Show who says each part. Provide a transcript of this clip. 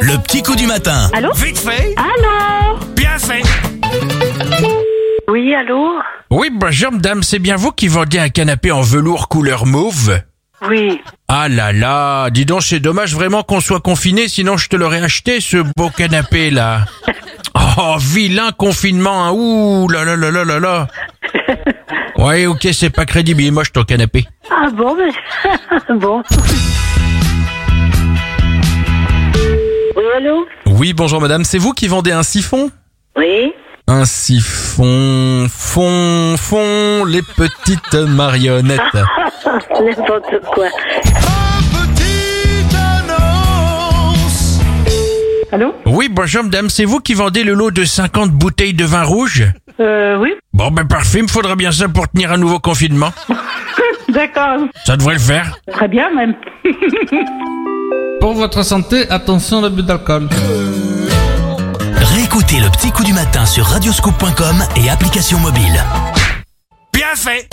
Speaker 1: Le petit coup du matin.
Speaker 2: Allô
Speaker 3: Vite fait,
Speaker 2: Allô
Speaker 3: bien fait.
Speaker 2: Oui, allô
Speaker 3: Oui, bonjour madame, c'est bien vous qui vendez un canapé en velours couleur mauve
Speaker 2: Oui.
Speaker 3: Ah là là, dis donc, c'est dommage vraiment qu'on soit confiné, sinon je te l'aurais acheté ce beau canapé là. Oh, vilain confinement, hein. ouh là là là là là là. Ouais, ok, c'est pas crédible, il est moche ton canapé.
Speaker 2: Ah bon, mais... bon. Oui, allô
Speaker 3: Oui, bonjour madame, c'est vous qui vendez un siphon
Speaker 2: Oui.
Speaker 3: Un siphon, fond, fond, les petites marionnettes.
Speaker 2: N'importe quoi. Allô
Speaker 3: Oui, bonjour madame, c'est vous qui vendez le lot de 50 bouteilles de vin rouge
Speaker 2: Euh, oui.
Speaker 3: Bon ben parfait, il me faudra bien ça pour tenir un nouveau confinement.
Speaker 2: D'accord.
Speaker 3: Ça devrait le faire.
Speaker 2: Très bien, même.
Speaker 4: Pour votre santé, attention à l'abus d'alcool.
Speaker 1: Réécoutez le petit coup du matin sur radioscoop.com et application mobile.
Speaker 3: Bien fait